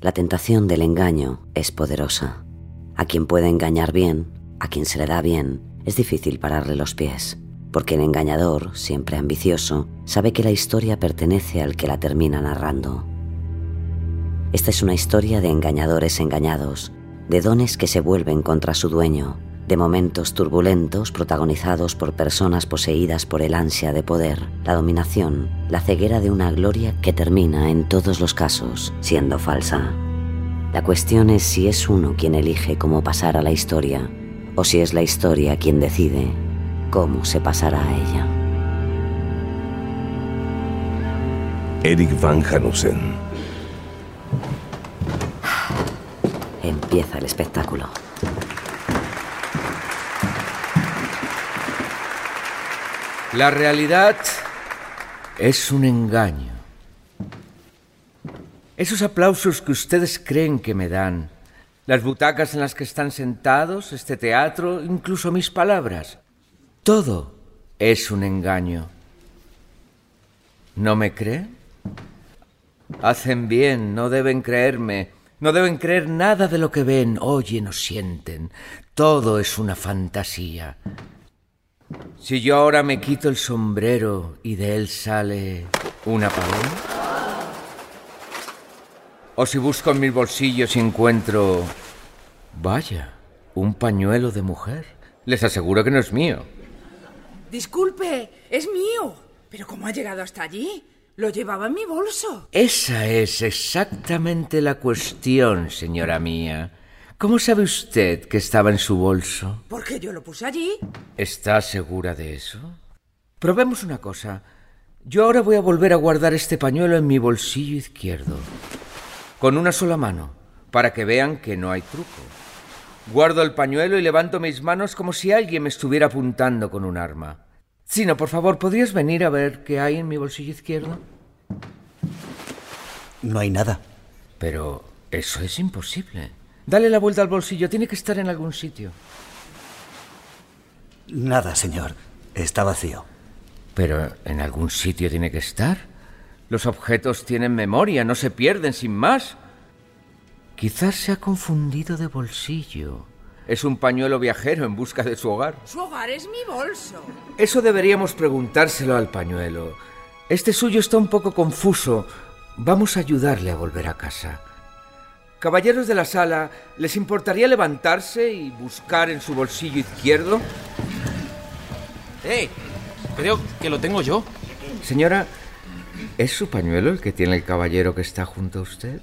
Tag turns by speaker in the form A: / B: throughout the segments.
A: La tentación del engaño es poderosa. A quien puede engañar bien, a quien se le da bien, es difícil pararle los pies, porque el engañador, siempre ambicioso, sabe que la historia pertenece al que la termina narrando. Esta es una historia de engañadores engañados, de dones que se vuelven contra su dueño, de momentos turbulentos protagonizados por personas poseídas por el ansia de poder, la dominación, la ceguera de una gloria que termina en todos los casos siendo falsa. La cuestión es si es uno quien elige cómo pasar a la historia o si es la historia quien decide cómo se pasará a ella.
B: Eric Van Hanusen.
A: Empieza el espectáculo.
C: La realidad es un engaño. Esos aplausos que ustedes creen que me dan, las butacas en las que están sentados, este teatro, incluso mis palabras, todo es un engaño. ¿No me creen? Hacen bien, no deben creerme, no deben creer nada de lo que ven, oyen o sienten. Todo es una fantasía. Si yo ahora me quito el sombrero y de él sale una paloma. O si busco en mis bolsillos y encuentro... Vaya, un pañuelo de mujer. Les aseguro que no es mío.
D: Disculpe, es mío. Pero ¿cómo ha llegado hasta allí? Lo llevaba en mi bolso.
C: Esa es exactamente la cuestión, señora mía. ¿Cómo sabe usted que estaba en su bolso?
D: Porque yo lo puse allí.
C: ¿Está segura de eso? Probemos una cosa. Yo ahora voy a volver a guardar este pañuelo en mi bolsillo izquierdo. Con una sola mano, para que vean que no hay truco. Guardo el pañuelo y levanto mis manos como si alguien me estuviera apuntando con un arma. Sino, por favor, ¿podrías venir a ver qué hay en mi bolsillo izquierdo?
E: No hay nada.
C: Pero eso es imposible. Dale la vuelta al bolsillo, tiene que estar en algún sitio.
E: Nada, señor. Está vacío.
C: Pero en algún sitio tiene que estar. Los objetos tienen memoria, no se pierden sin más. Quizás se ha confundido de bolsillo. Es un pañuelo viajero en busca de su hogar.
D: Su hogar es mi bolso.
C: Eso deberíamos preguntárselo al pañuelo. Este suyo está un poco confuso. Vamos a ayudarle a volver a casa. Caballeros de la sala, ¿les importaría levantarse y buscar en su bolsillo izquierdo?
F: ¡Eh! Hey, creo que lo tengo yo.
C: Señora, ¿es su pañuelo el que tiene el caballero que está junto a usted?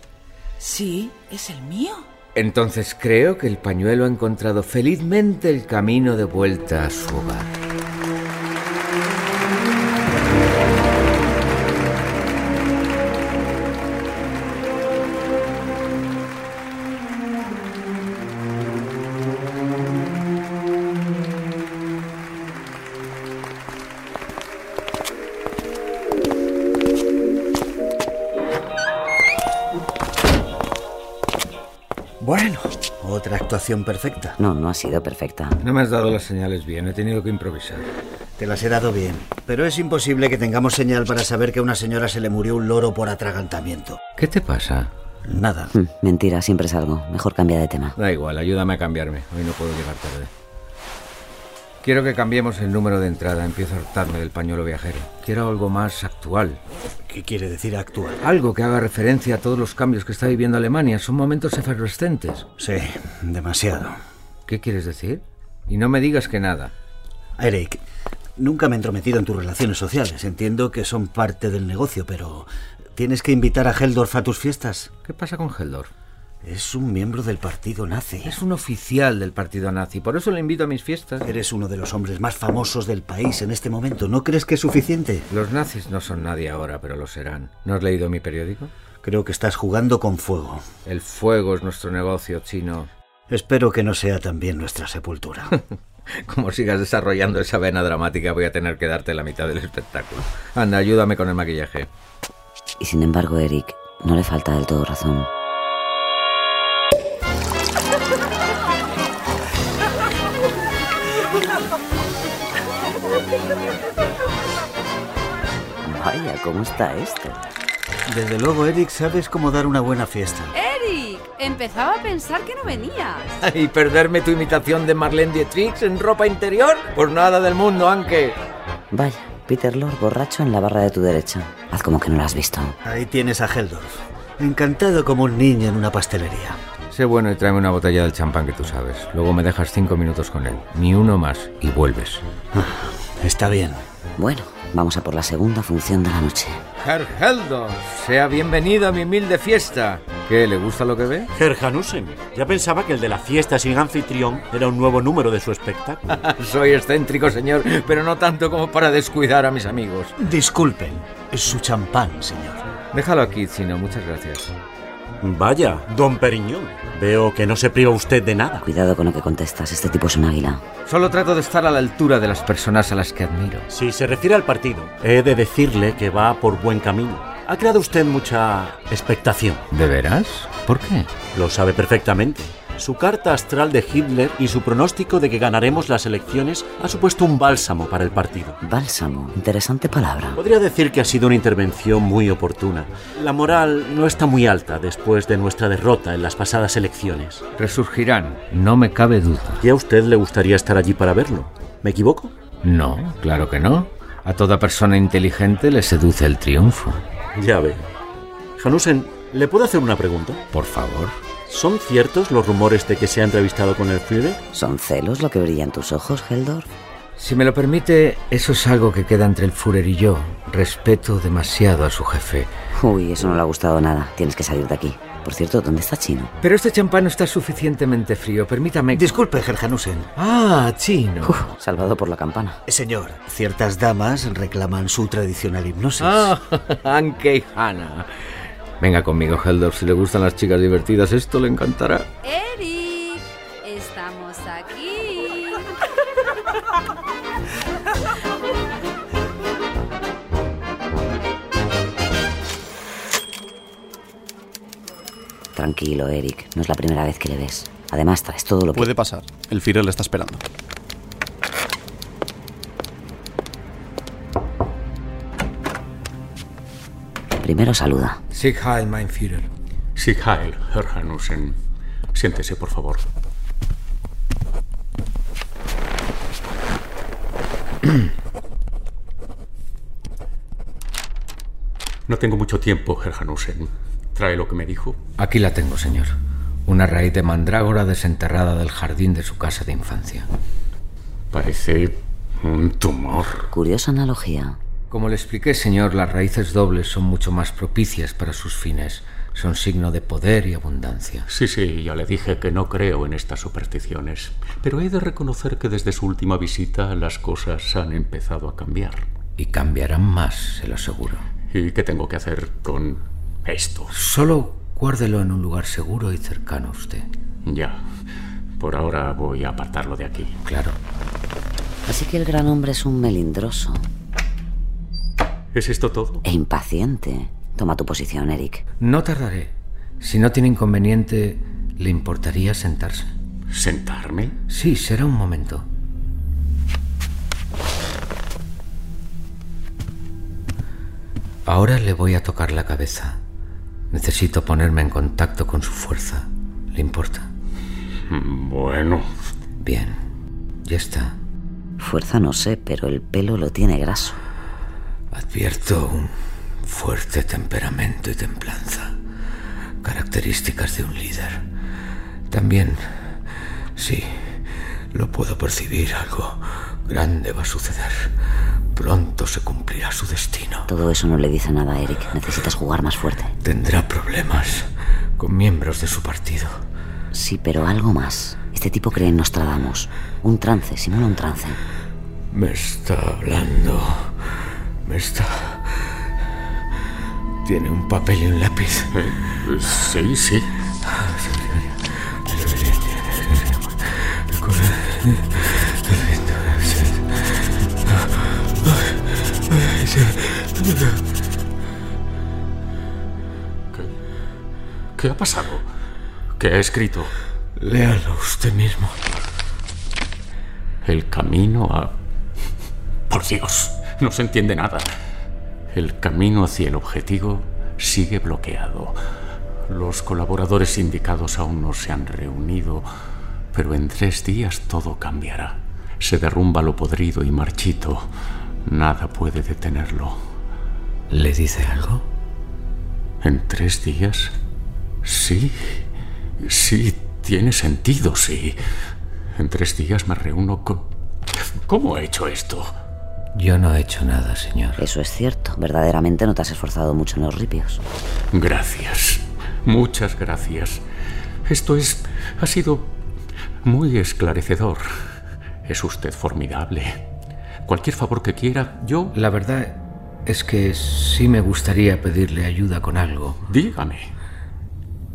D: Sí, es el mío.
C: Entonces creo que el pañuelo ha encontrado felizmente el camino de vuelta a su hogar. Bueno, otra actuación perfecta.
A: No, no ha sido perfecta.
C: No me has dado las señales bien, he tenido que improvisar.
E: Te las he dado bien, pero es imposible que tengamos señal para saber que a una señora se le murió un loro por atragantamiento.
C: ¿Qué te pasa?
E: Nada.
A: Mm, mentira, siempre es algo. Mejor cambia de tema.
C: Da igual, ayúdame a cambiarme. Hoy no puedo llegar tarde. Quiero que cambiemos el número de entrada. Empiezo a hartarme del pañuelo viajero. Quiero algo más actual.
E: ¿Qué quiere decir actual?
C: Algo que haga referencia a todos los cambios que está viviendo Alemania. Son momentos efervescentes.
E: Sí, demasiado.
C: ¿Qué quieres decir? Y no me digas que nada.
E: Eric, nunca me he entrometido en tus relaciones sociales. Entiendo que son parte del negocio, pero ¿tienes que invitar a Heldorf a tus fiestas?
C: ¿Qué pasa con Heldorf?
E: Es un miembro del partido nazi.
C: Es un oficial del partido nazi, por eso le invito a mis fiestas.
E: Eres uno de los hombres más famosos del país en este momento. ¿No crees que es suficiente?
C: Los nazis no son nadie ahora, pero lo serán. ¿No has leído mi periódico?
E: Creo que estás jugando con fuego.
C: El fuego es nuestro negocio chino.
E: Espero que no sea también nuestra sepultura.
C: Como sigas desarrollando esa vena dramática, voy a tener que darte la mitad del espectáculo. Anda, ayúdame con el maquillaje.
A: Y sin embargo, Eric no le falta del todo razón. Vaya, ¿cómo está esto?
E: Desde luego, Eric, sabes cómo dar una buena fiesta.
G: Eric, empezaba a pensar que no venías.
C: ¿Y perderme tu imitación de Marlene Dietrich en ropa interior? Por nada del mundo, Anke.
A: Vaya, Peter Lord borracho en la barra de tu derecha. Haz como que no lo has visto.
E: Ahí tienes a Heldorf. Encantado como un niño en una pastelería.
C: Sé bueno y tráeme una botella del champán que tú sabes. Luego me dejas cinco minutos con él. Ni uno más y vuelves.
E: Está bien.
A: Bueno, vamos a por la segunda función de la noche.
C: Herr Heldorf, sea bienvenido a mi humilde fiesta. ¿Qué, le gusta lo que ve?
H: Herr Hanusen, ya pensaba que el de la fiesta sin anfitrión era un nuevo número de su espectáculo.
C: Soy excéntrico, señor, pero no tanto como para descuidar a mis amigos.
E: Disculpen, es su champán, señor.
C: Déjalo aquí, Chino, muchas gracias.
H: Vaya, don Periñón. Veo que no se priva usted de nada.
A: Cuidado con lo que contestas, este tipo es un águila.
C: Solo trato de estar a la altura de las personas a las que admiro.
H: Si se refiere al partido, he de decirle que va por buen camino. Ha creado usted mucha expectación.
C: ¿De veras? ¿Por qué?
H: Lo sabe perfectamente. Su carta astral de Hitler y su pronóstico de que ganaremos las elecciones ha supuesto un bálsamo para el partido.
A: Bálsamo, interesante palabra.
H: Podría decir que ha sido una intervención muy oportuna. La moral no está muy alta después de nuestra derrota en las pasadas elecciones.
C: Resurgirán, no me cabe duda.
H: ¿Y a usted le gustaría estar allí para verlo? ¿Me equivoco?
C: No, claro que no. A toda persona inteligente le seduce el triunfo.
H: Ya veo. Hanusen, ¿le puedo hacer una pregunta?
C: Por favor.
H: ¿Son ciertos los rumores de que se ha entrevistado con el Führer?
A: ¿Son celos lo que brillan tus ojos, Heldorf?
C: Si me lo permite, eso es algo que queda entre el Führer y yo. Respeto demasiado a su jefe.
A: Uy, eso no le ha gustado nada. Tienes que salir de aquí. Por cierto, ¿dónde está Chino?
C: Pero este champán no está suficientemente frío, permítame...
E: Disculpe, Herr Hanusen.
C: Ah, chino.
A: Uf, salvado por la campana.
E: Señor, ciertas damas reclaman su tradicional hipnosis.
C: Ah, Anke y Hannah. Venga conmigo, Heldorf. Si le gustan las chicas divertidas, esto le encantará.
G: Eric, estamos aquí.
A: Tranquilo, Eric. No es la primera vez que le ves. Además, traes todo lo que...
I: Puede pasar. El Führer le está esperando.
A: Primero saluda.
J: Sieg Heil, mein Führer.
K: Sieg Heil, Herr Hanusen. Siéntese, por favor. No tengo mucho tiempo, Herr Hanusen. ¿Trae lo que me dijo?
C: Aquí la tengo, señor. Una raíz de mandrágora desenterrada del jardín de su casa de infancia.
K: Parece un tumor.
A: Curiosa analogía.
C: Como le expliqué, señor, las raíces dobles son mucho más propicias para sus fines. Son signo de poder y abundancia.
K: Sí, sí, ya le dije que no creo en estas supersticiones. Pero he de reconocer que desde su última visita las cosas han empezado a cambiar.
C: Y cambiarán más, se lo aseguro.
K: ¿Y qué tengo que hacer con esto?
C: Solo guárdelo en un lugar seguro y cercano a usted.
K: Ya. Por ahora voy a apartarlo de aquí.
C: Claro.
A: Así que el gran hombre es un melindroso.
K: ¿Es esto todo?
A: E impaciente. Toma tu posición, Eric.
C: No tardaré. Si no tiene inconveniente, ¿le importaría sentarse?
K: ¿Sentarme?
C: Sí, será un momento. Ahora le voy a tocar la cabeza. Necesito ponerme en contacto con su fuerza. ¿Le importa?
K: Bueno.
C: Bien. Ya está.
A: Fuerza no sé, pero el pelo lo tiene graso.
C: Advierto un fuerte temperamento y templanza, características de un líder. También, sí, lo puedo percibir, algo grande va a suceder. Pronto se cumplirá su destino.
A: Todo eso no le dice nada a Eric. Necesitas jugar más fuerte.
C: Tendrá problemas con miembros de su partido.
A: Sí, pero algo más. Este tipo cree en Nostradamus. Un trance, simula un trance.
C: Me está hablando. Me está. Tiene un papel y un lápiz.
K: sí, sí. ¿Qué? ¿Qué ha pasado? ¿Qué ha escrito?
C: Léalo usted mismo.
K: El camino a... Por Dios, no se entiende nada. El camino hacia el objetivo sigue bloqueado. Los colaboradores sindicados aún no se han reunido, pero en tres días todo cambiará. Se derrumba lo podrido y marchito. Nada puede detenerlo.
C: ¿Le dice algo?
K: ¿En tres días? Sí, sí, tiene sentido, sí. En tres días me reúno con... ¿Cómo he hecho esto?
C: Yo no he hecho nada, señor.
A: Eso es cierto. Verdaderamente no te has esforzado mucho en los ripios.
K: Gracias. Muchas gracias. Esto es... ha sido muy esclarecedor. Es usted formidable. Cualquier favor que quiera, yo...
C: La verdad es que sí me gustaría pedirle ayuda con algo.
K: Dígame.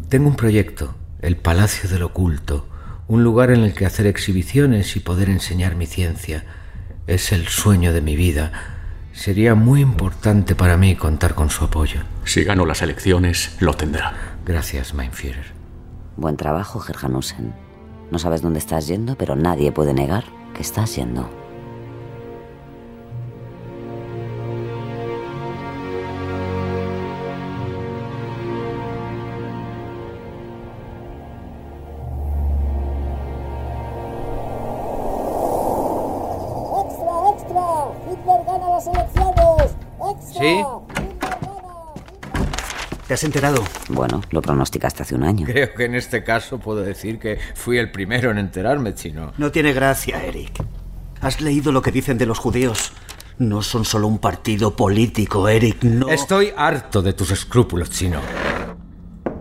C: Tengo un proyecto, el Palacio del Oculto, un lugar en el que hacer exhibiciones y poder enseñar mi ciencia. Es el sueño de mi vida. Sería muy importante para mí contar con su apoyo.
K: Si gano las elecciones, lo tendrá.
C: Gracias, Mainführer.
A: Buen trabajo, Gerhanusen. No sabes dónde estás yendo, pero nadie puede negar que estás yendo.
C: ¿Sí?
E: ¿Te has enterado?
A: Bueno, lo pronosticaste hace un año.
C: Creo que en este caso puedo decir que fui el primero en enterarme, chino.
E: No tiene gracia, Eric. ¿Has leído lo que dicen de los judíos? No son solo un partido político, Eric, no.
C: Estoy harto de tus escrúpulos, chino.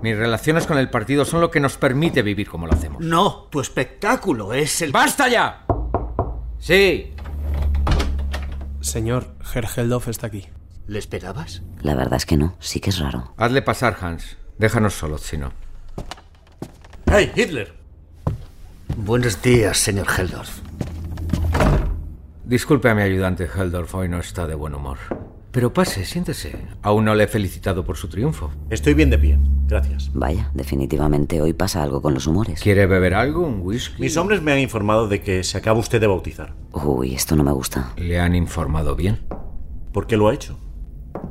C: Mis relaciones con el partido son lo que nos permite vivir como lo hacemos.
E: No, tu espectáculo es el...
C: ¡Basta ya! Sí.
I: Señor, Gergeldorf está aquí.
E: ¿Le esperabas?
A: La verdad es que no, sí que es raro.
C: Hazle pasar, Hans. Déjanos solos, si no.
K: ¡Hey, Hitler!
E: Buenos días, señor Heldorf.
C: Disculpe a mi ayudante, Heldorf, hoy no está de buen humor. Pero pase, siéntese. Aún no le he felicitado por su triunfo.
J: Estoy bien de pie, gracias.
A: Vaya, definitivamente hoy pasa algo con los humores.
C: ¿Quiere beber algo? ¿Un whisky?
J: Mis hombres me han informado de que se acaba usted de bautizar.
A: Uy, esto no me gusta.
C: ¿Le han informado bien?
J: ¿Por qué lo ha hecho?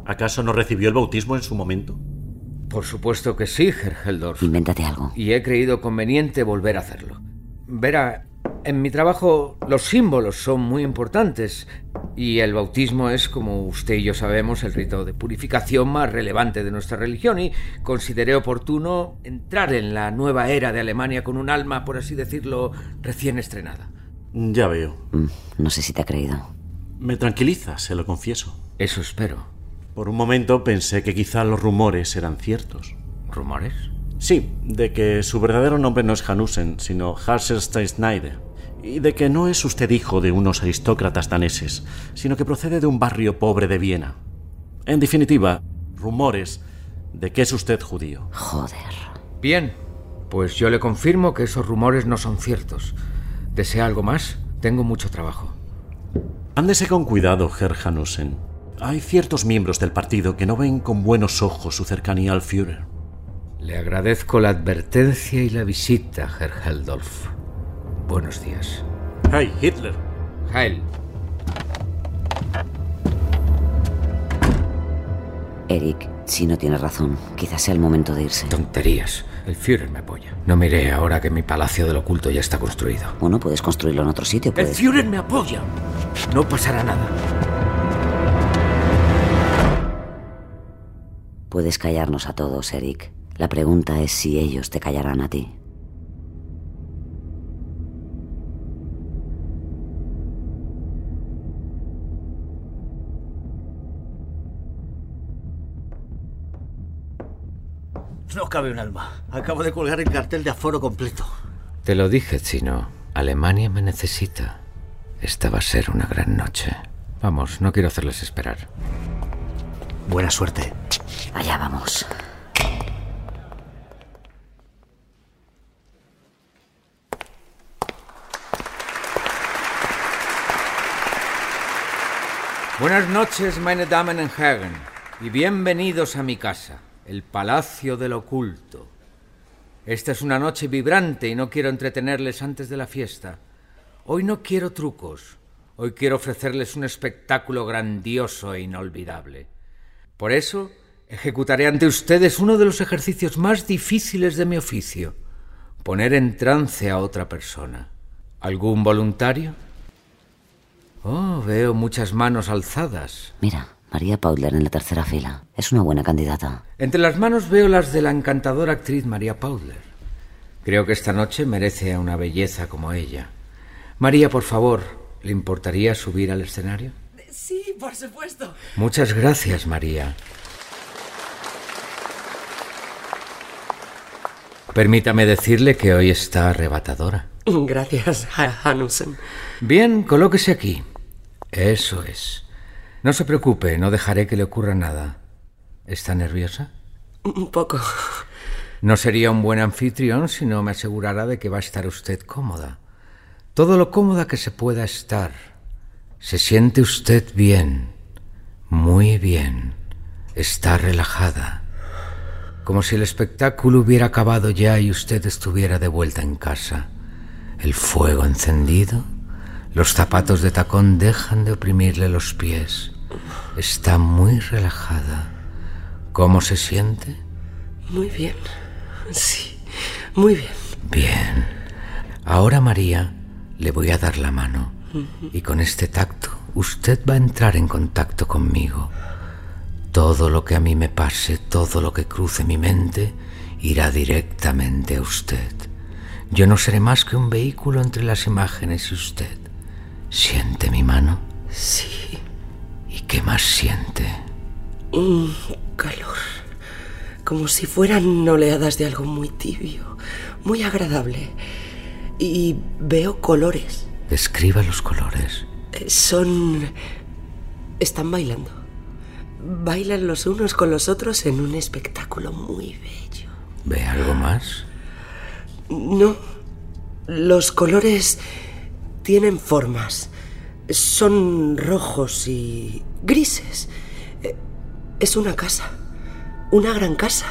J: ¿Acaso no recibió el bautismo en su momento?
C: Por supuesto que sí, Hergeldorf.
A: Invéntate algo.
C: Y he creído conveniente volver a hacerlo. Verá, en mi trabajo los símbolos son muy importantes y el bautismo es, como usted y yo sabemos, el rito de purificación más relevante de nuestra religión y consideré oportuno entrar en la nueva era de Alemania con un alma, por así decirlo, recién estrenada.
J: Ya veo.
A: Mm, no sé si te ha creído.
J: Me tranquiliza, se lo confieso.
C: Eso espero.
J: Por un momento pensé que quizá los rumores eran ciertos.
C: ¿Rumores?
J: Sí, de que su verdadero nombre no es Hanusen, sino Hasselstein Schneider y de que no es usted hijo de unos aristócratas daneses, sino que procede de un barrio pobre de Viena. En definitiva, rumores de que es usted judío.
A: Joder.
C: Bien, pues yo le confirmo que esos rumores no son ciertos. ¿Desea algo más? Tengo mucho trabajo.
J: Ándese con cuidado, Herr Hanusen. Hay ciertos miembros del partido que no ven con buenos ojos su cercanía al Führer.
C: Le agradezco la advertencia y la visita, Herr Heldolf. Buenos días.
J: Hey, Hitler.
C: Heil.
A: Eric, si no tienes razón, quizás sea el momento de irse.
C: Tonterías. El Führer me apoya. No me iré ahora que mi palacio del oculto ya está construido.
A: Bueno, puedes construirlo en otro sitio. Puedes...
C: El Führer me apoya. No pasará nada.
A: Puedes callarnos a todos, Eric. La pregunta es si ellos te callarán a ti.
E: No cabe un alma. Acabo de colgar el cartel de aforo completo.
C: Te lo dije, chino. Alemania me necesita. Esta va a ser una gran noche. Vamos, no quiero hacerles esperar.
E: Buena suerte.
A: Allá vamos.
C: Buenas noches, meine Damen und Herren, y bienvenidos a mi casa, el Palacio del Oculto. Esta es una noche vibrante y no quiero entretenerles antes de la fiesta. Hoy no quiero trucos, hoy quiero ofrecerles un espectáculo grandioso e inolvidable. Por eso, ejecutaré ante ustedes uno de los ejercicios más difíciles de mi oficio, poner en trance a otra persona. ¿Algún voluntario? Oh, veo muchas manos alzadas.
A: Mira, María Pautler en la tercera fila. Es una buena candidata.
C: Entre las manos veo las de la encantadora actriz María Pautler. Creo que esta noche merece a una belleza como ella. María, por favor, ¿le importaría subir al escenario?
D: Sí, por supuesto.
C: Muchas gracias, María. Permítame decirle que hoy está arrebatadora.
L: Gracias, Hanusen.
C: Bien, colóquese aquí. Eso es. No se preocupe, no dejaré que le ocurra nada. ¿Está nerviosa?
L: Un poco.
C: No sería un buen anfitrión si no me asegurara de que va a estar usted cómoda. Todo lo cómoda que se pueda estar. Se siente usted bien. Muy bien. Está relajada. Como si el espectáculo hubiera acabado ya y usted estuviera de vuelta en casa. El fuego encendido. Los zapatos de tacón dejan de oprimirle los pies. Está muy relajada. ¿Cómo se siente?
L: Muy bien. Sí, muy bien.
C: Bien. Ahora, María, le voy a dar la mano. Y con este tacto, usted va a entrar en contacto conmigo. Todo lo que a mí me pase, todo lo que cruce mi mente, irá directamente a usted. Yo no seré más que un vehículo entre las imágenes y usted. ¿Siente mi mano?
L: Sí.
C: ¿Y qué más siente?
L: Un calor. Como si fueran oleadas de algo muy tibio, muy agradable. Y veo colores.
C: Describa los colores.
L: Eh, Son... Están bailando. Bailan los unos con los otros en un espectáculo muy bello.
C: ¿Ve algo más?
L: No, los colores tienen formas. Son rojos y grises. Eh, Es una casa. Una gran casa.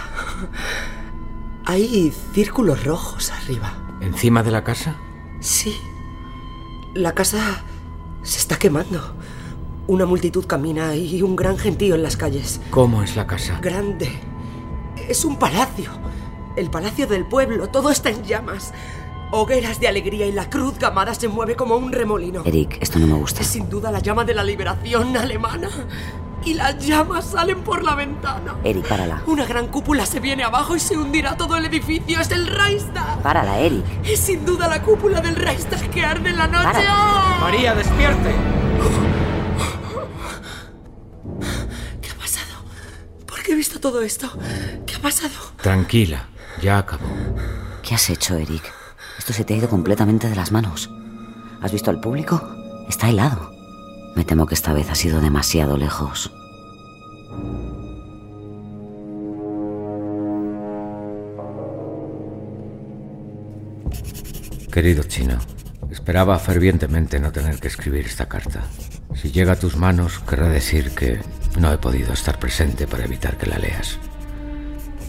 L: Hay círculos rojos arriba.
C: ¿Encima de la casa?
L: Sí. La casa se está quemando. Una multitud camina y un gran gentío en las calles.
C: ¿Cómo es la casa?
L: Grande. Es un palacio. El palacio del pueblo. Todo está en llamas. Hogueras de alegría y la cruz gamada se mueve como un remolino.
A: Eric, esto no me gusta.
L: Es sin duda la llama de la liberación alemana. Y las llamas salen por la ventana.
A: Eric, párala.
L: Una gran cúpula se viene abajo y se hundirá todo el edificio. Es el Reichstag.
A: Párala, Eric.
L: Es sin duda la cúpula del Reichstag que arde en la noche. ¡Ah!
C: María, despierte.
L: ¿Qué ha pasado? ¿Por qué he visto todo esto? ¿Qué ha pasado?
C: Tranquila, ya acabó.
A: ¿Qué has hecho, Eric? Esto se te ha ido completamente de las manos. ¿Has visto al público? Está helado. Me temo que esta vez has ido demasiado lejos.
C: Querido chino, esperaba fervientemente no tener que escribir esta carta. Si llega a tus manos, querrá decir que no he podido estar presente para evitar que la leas.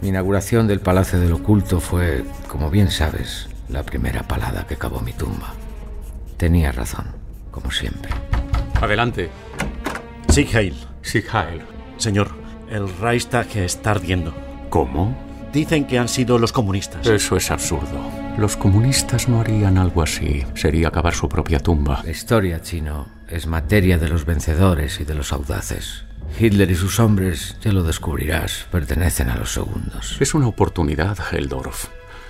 C: Mi inauguración del Palacio del Oculto fue, como bien sabes, la primera palada que cavó mi tumba. Tenía razón, como siempre.
I: Adelante.
J: Sig Heil.
I: Sig Heil.
J: Señor, el Reichstag está ardiendo.
K: ¿Cómo?
J: Dicen que han sido los comunistas.
K: Eso es absurdo. Los comunistas no harían algo así. Sería acabar su propia tumba.
C: La historia, chino, es materia de los vencedores y de los audaces. Hitler y sus hombres, ya lo descubrirás, pertenecen a los segundos.
K: Es una oportunidad, Heldorf.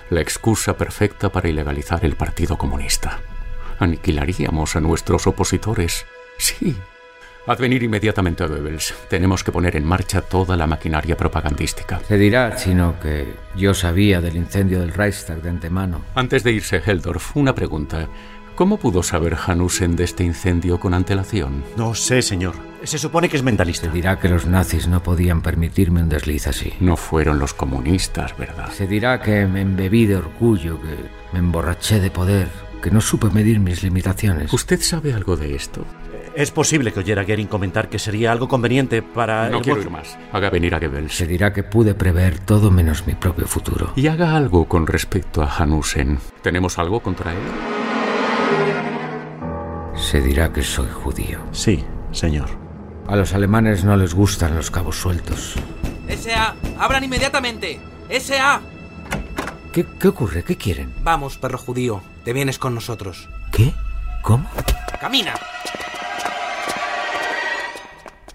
K: La excusa perfecta para ilegalizar el Partido Comunista. Aniquilaríamos a nuestros opositores. Sí, Advenir inmediatamente a Goebbels. Tenemos que poner en marcha toda la maquinaria propagandística.
C: Se dirá, Chino, que yo sabía del incendio del Reichstag de antemano.
K: Antes de irse, Heldorf, una pregunta. ¿Cómo pudo saber Hanussen de este incendio con antelación?
J: No sé, señor. Se supone que es mentalista.
C: Se dirá que los nazis no podían permitirme un desliz así.
K: No fueron los comunistas, ¿verdad?
C: Se dirá que me embebí de orgullo, que me emborraché de poder, que no supe medir mis limitaciones.
K: ¿Usted sabe algo de esto?
J: Es posible que oyera a Gering comentar que sería algo conveniente
E: Ah,
J: para...
E: eh,
K: No
J: el
K: quiero
J: Wolf-
K: ir más. Haga venir a Goebbels.
C: Se dirá que pude prever todo menos mi propio futuro.
K: Y haga algo con respecto a Hanussen. ¿Tenemos algo contra él?
C: Se dirá que soy judío.
J: Sí, señor.
C: A los alemanes no les gustan los cabos sueltos.
F: S.A. ¡Abran inmediatamente! S.A.
C: ¿Qué, qué ocurre? ¿Qué quieren?
F: Vamos, perro judío. Te vienes con nosotros.
C: ¿Qué? ¿Cómo?
F: ¡Camina!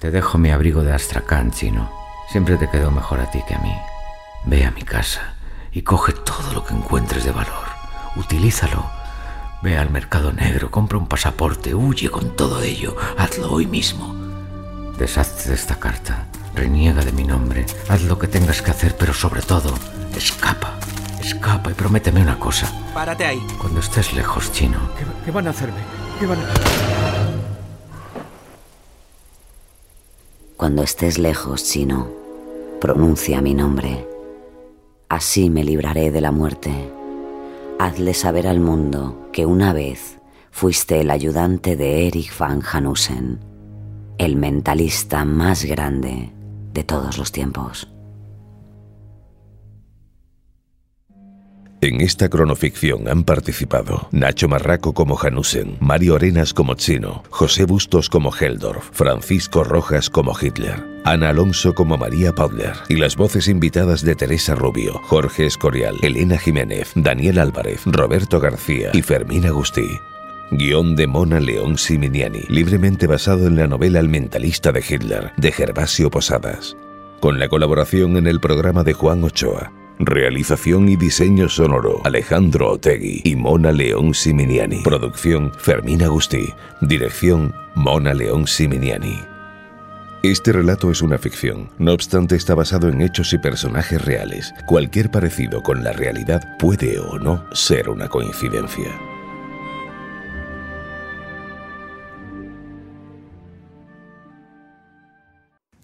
C: Te dejo mi abrigo de astracán, chino. Siempre te quedó mejor a ti que a mí. Ve a mi casa y coge todo lo que encuentres de valor. Utilízalo. Ve al mercado negro, compra un pasaporte, huye con todo ello. Hazlo hoy mismo. Deshazte de esta carta. Reniega de mi nombre. Haz lo que tengas que hacer, pero sobre todo, escapa. Escapa y prométeme una cosa.
F: Párate ahí.
C: Cuando estés lejos, chino.
F: ¿Qué, van a hacerme? ¿Qué van a
A: Cuando estés lejos, chino, pronuncia mi nombre. Así me libraré de la muerte. Hazle saber al mundo que una vez fuiste el ayudante de Erich van Hanusen, el mentalista más grande de todos los tiempos.
B: En esta cronoficción han participado Nacho Marraco como Hanusen, Mario Arenas como Chino, José Bustos como Heldorf, Francisco Rojas como Hitler, Ana Alonso como María Paudler y las voces invitadas de Teresa Rubio, Jorge Escorial, Elena Jiménez, Daniel Álvarez, Roberto García y Fermín Agustí. Guión de Mona León Siminiani, libremente basado en la novela El mentalista de Hitler, de Gervasio Posadas con la colaboración en el programa de Juan Ochoa. Realización y diseño sonoro Alejandro Otegui y Mona León Siminiani. Producción Fermín Agustí. Dirección Mona León Siminiani. Este relato es una ficción, no obstante está basado en hechos y personajes reales. Cualquier parecido con la realidad puede o no ser una coincidencia.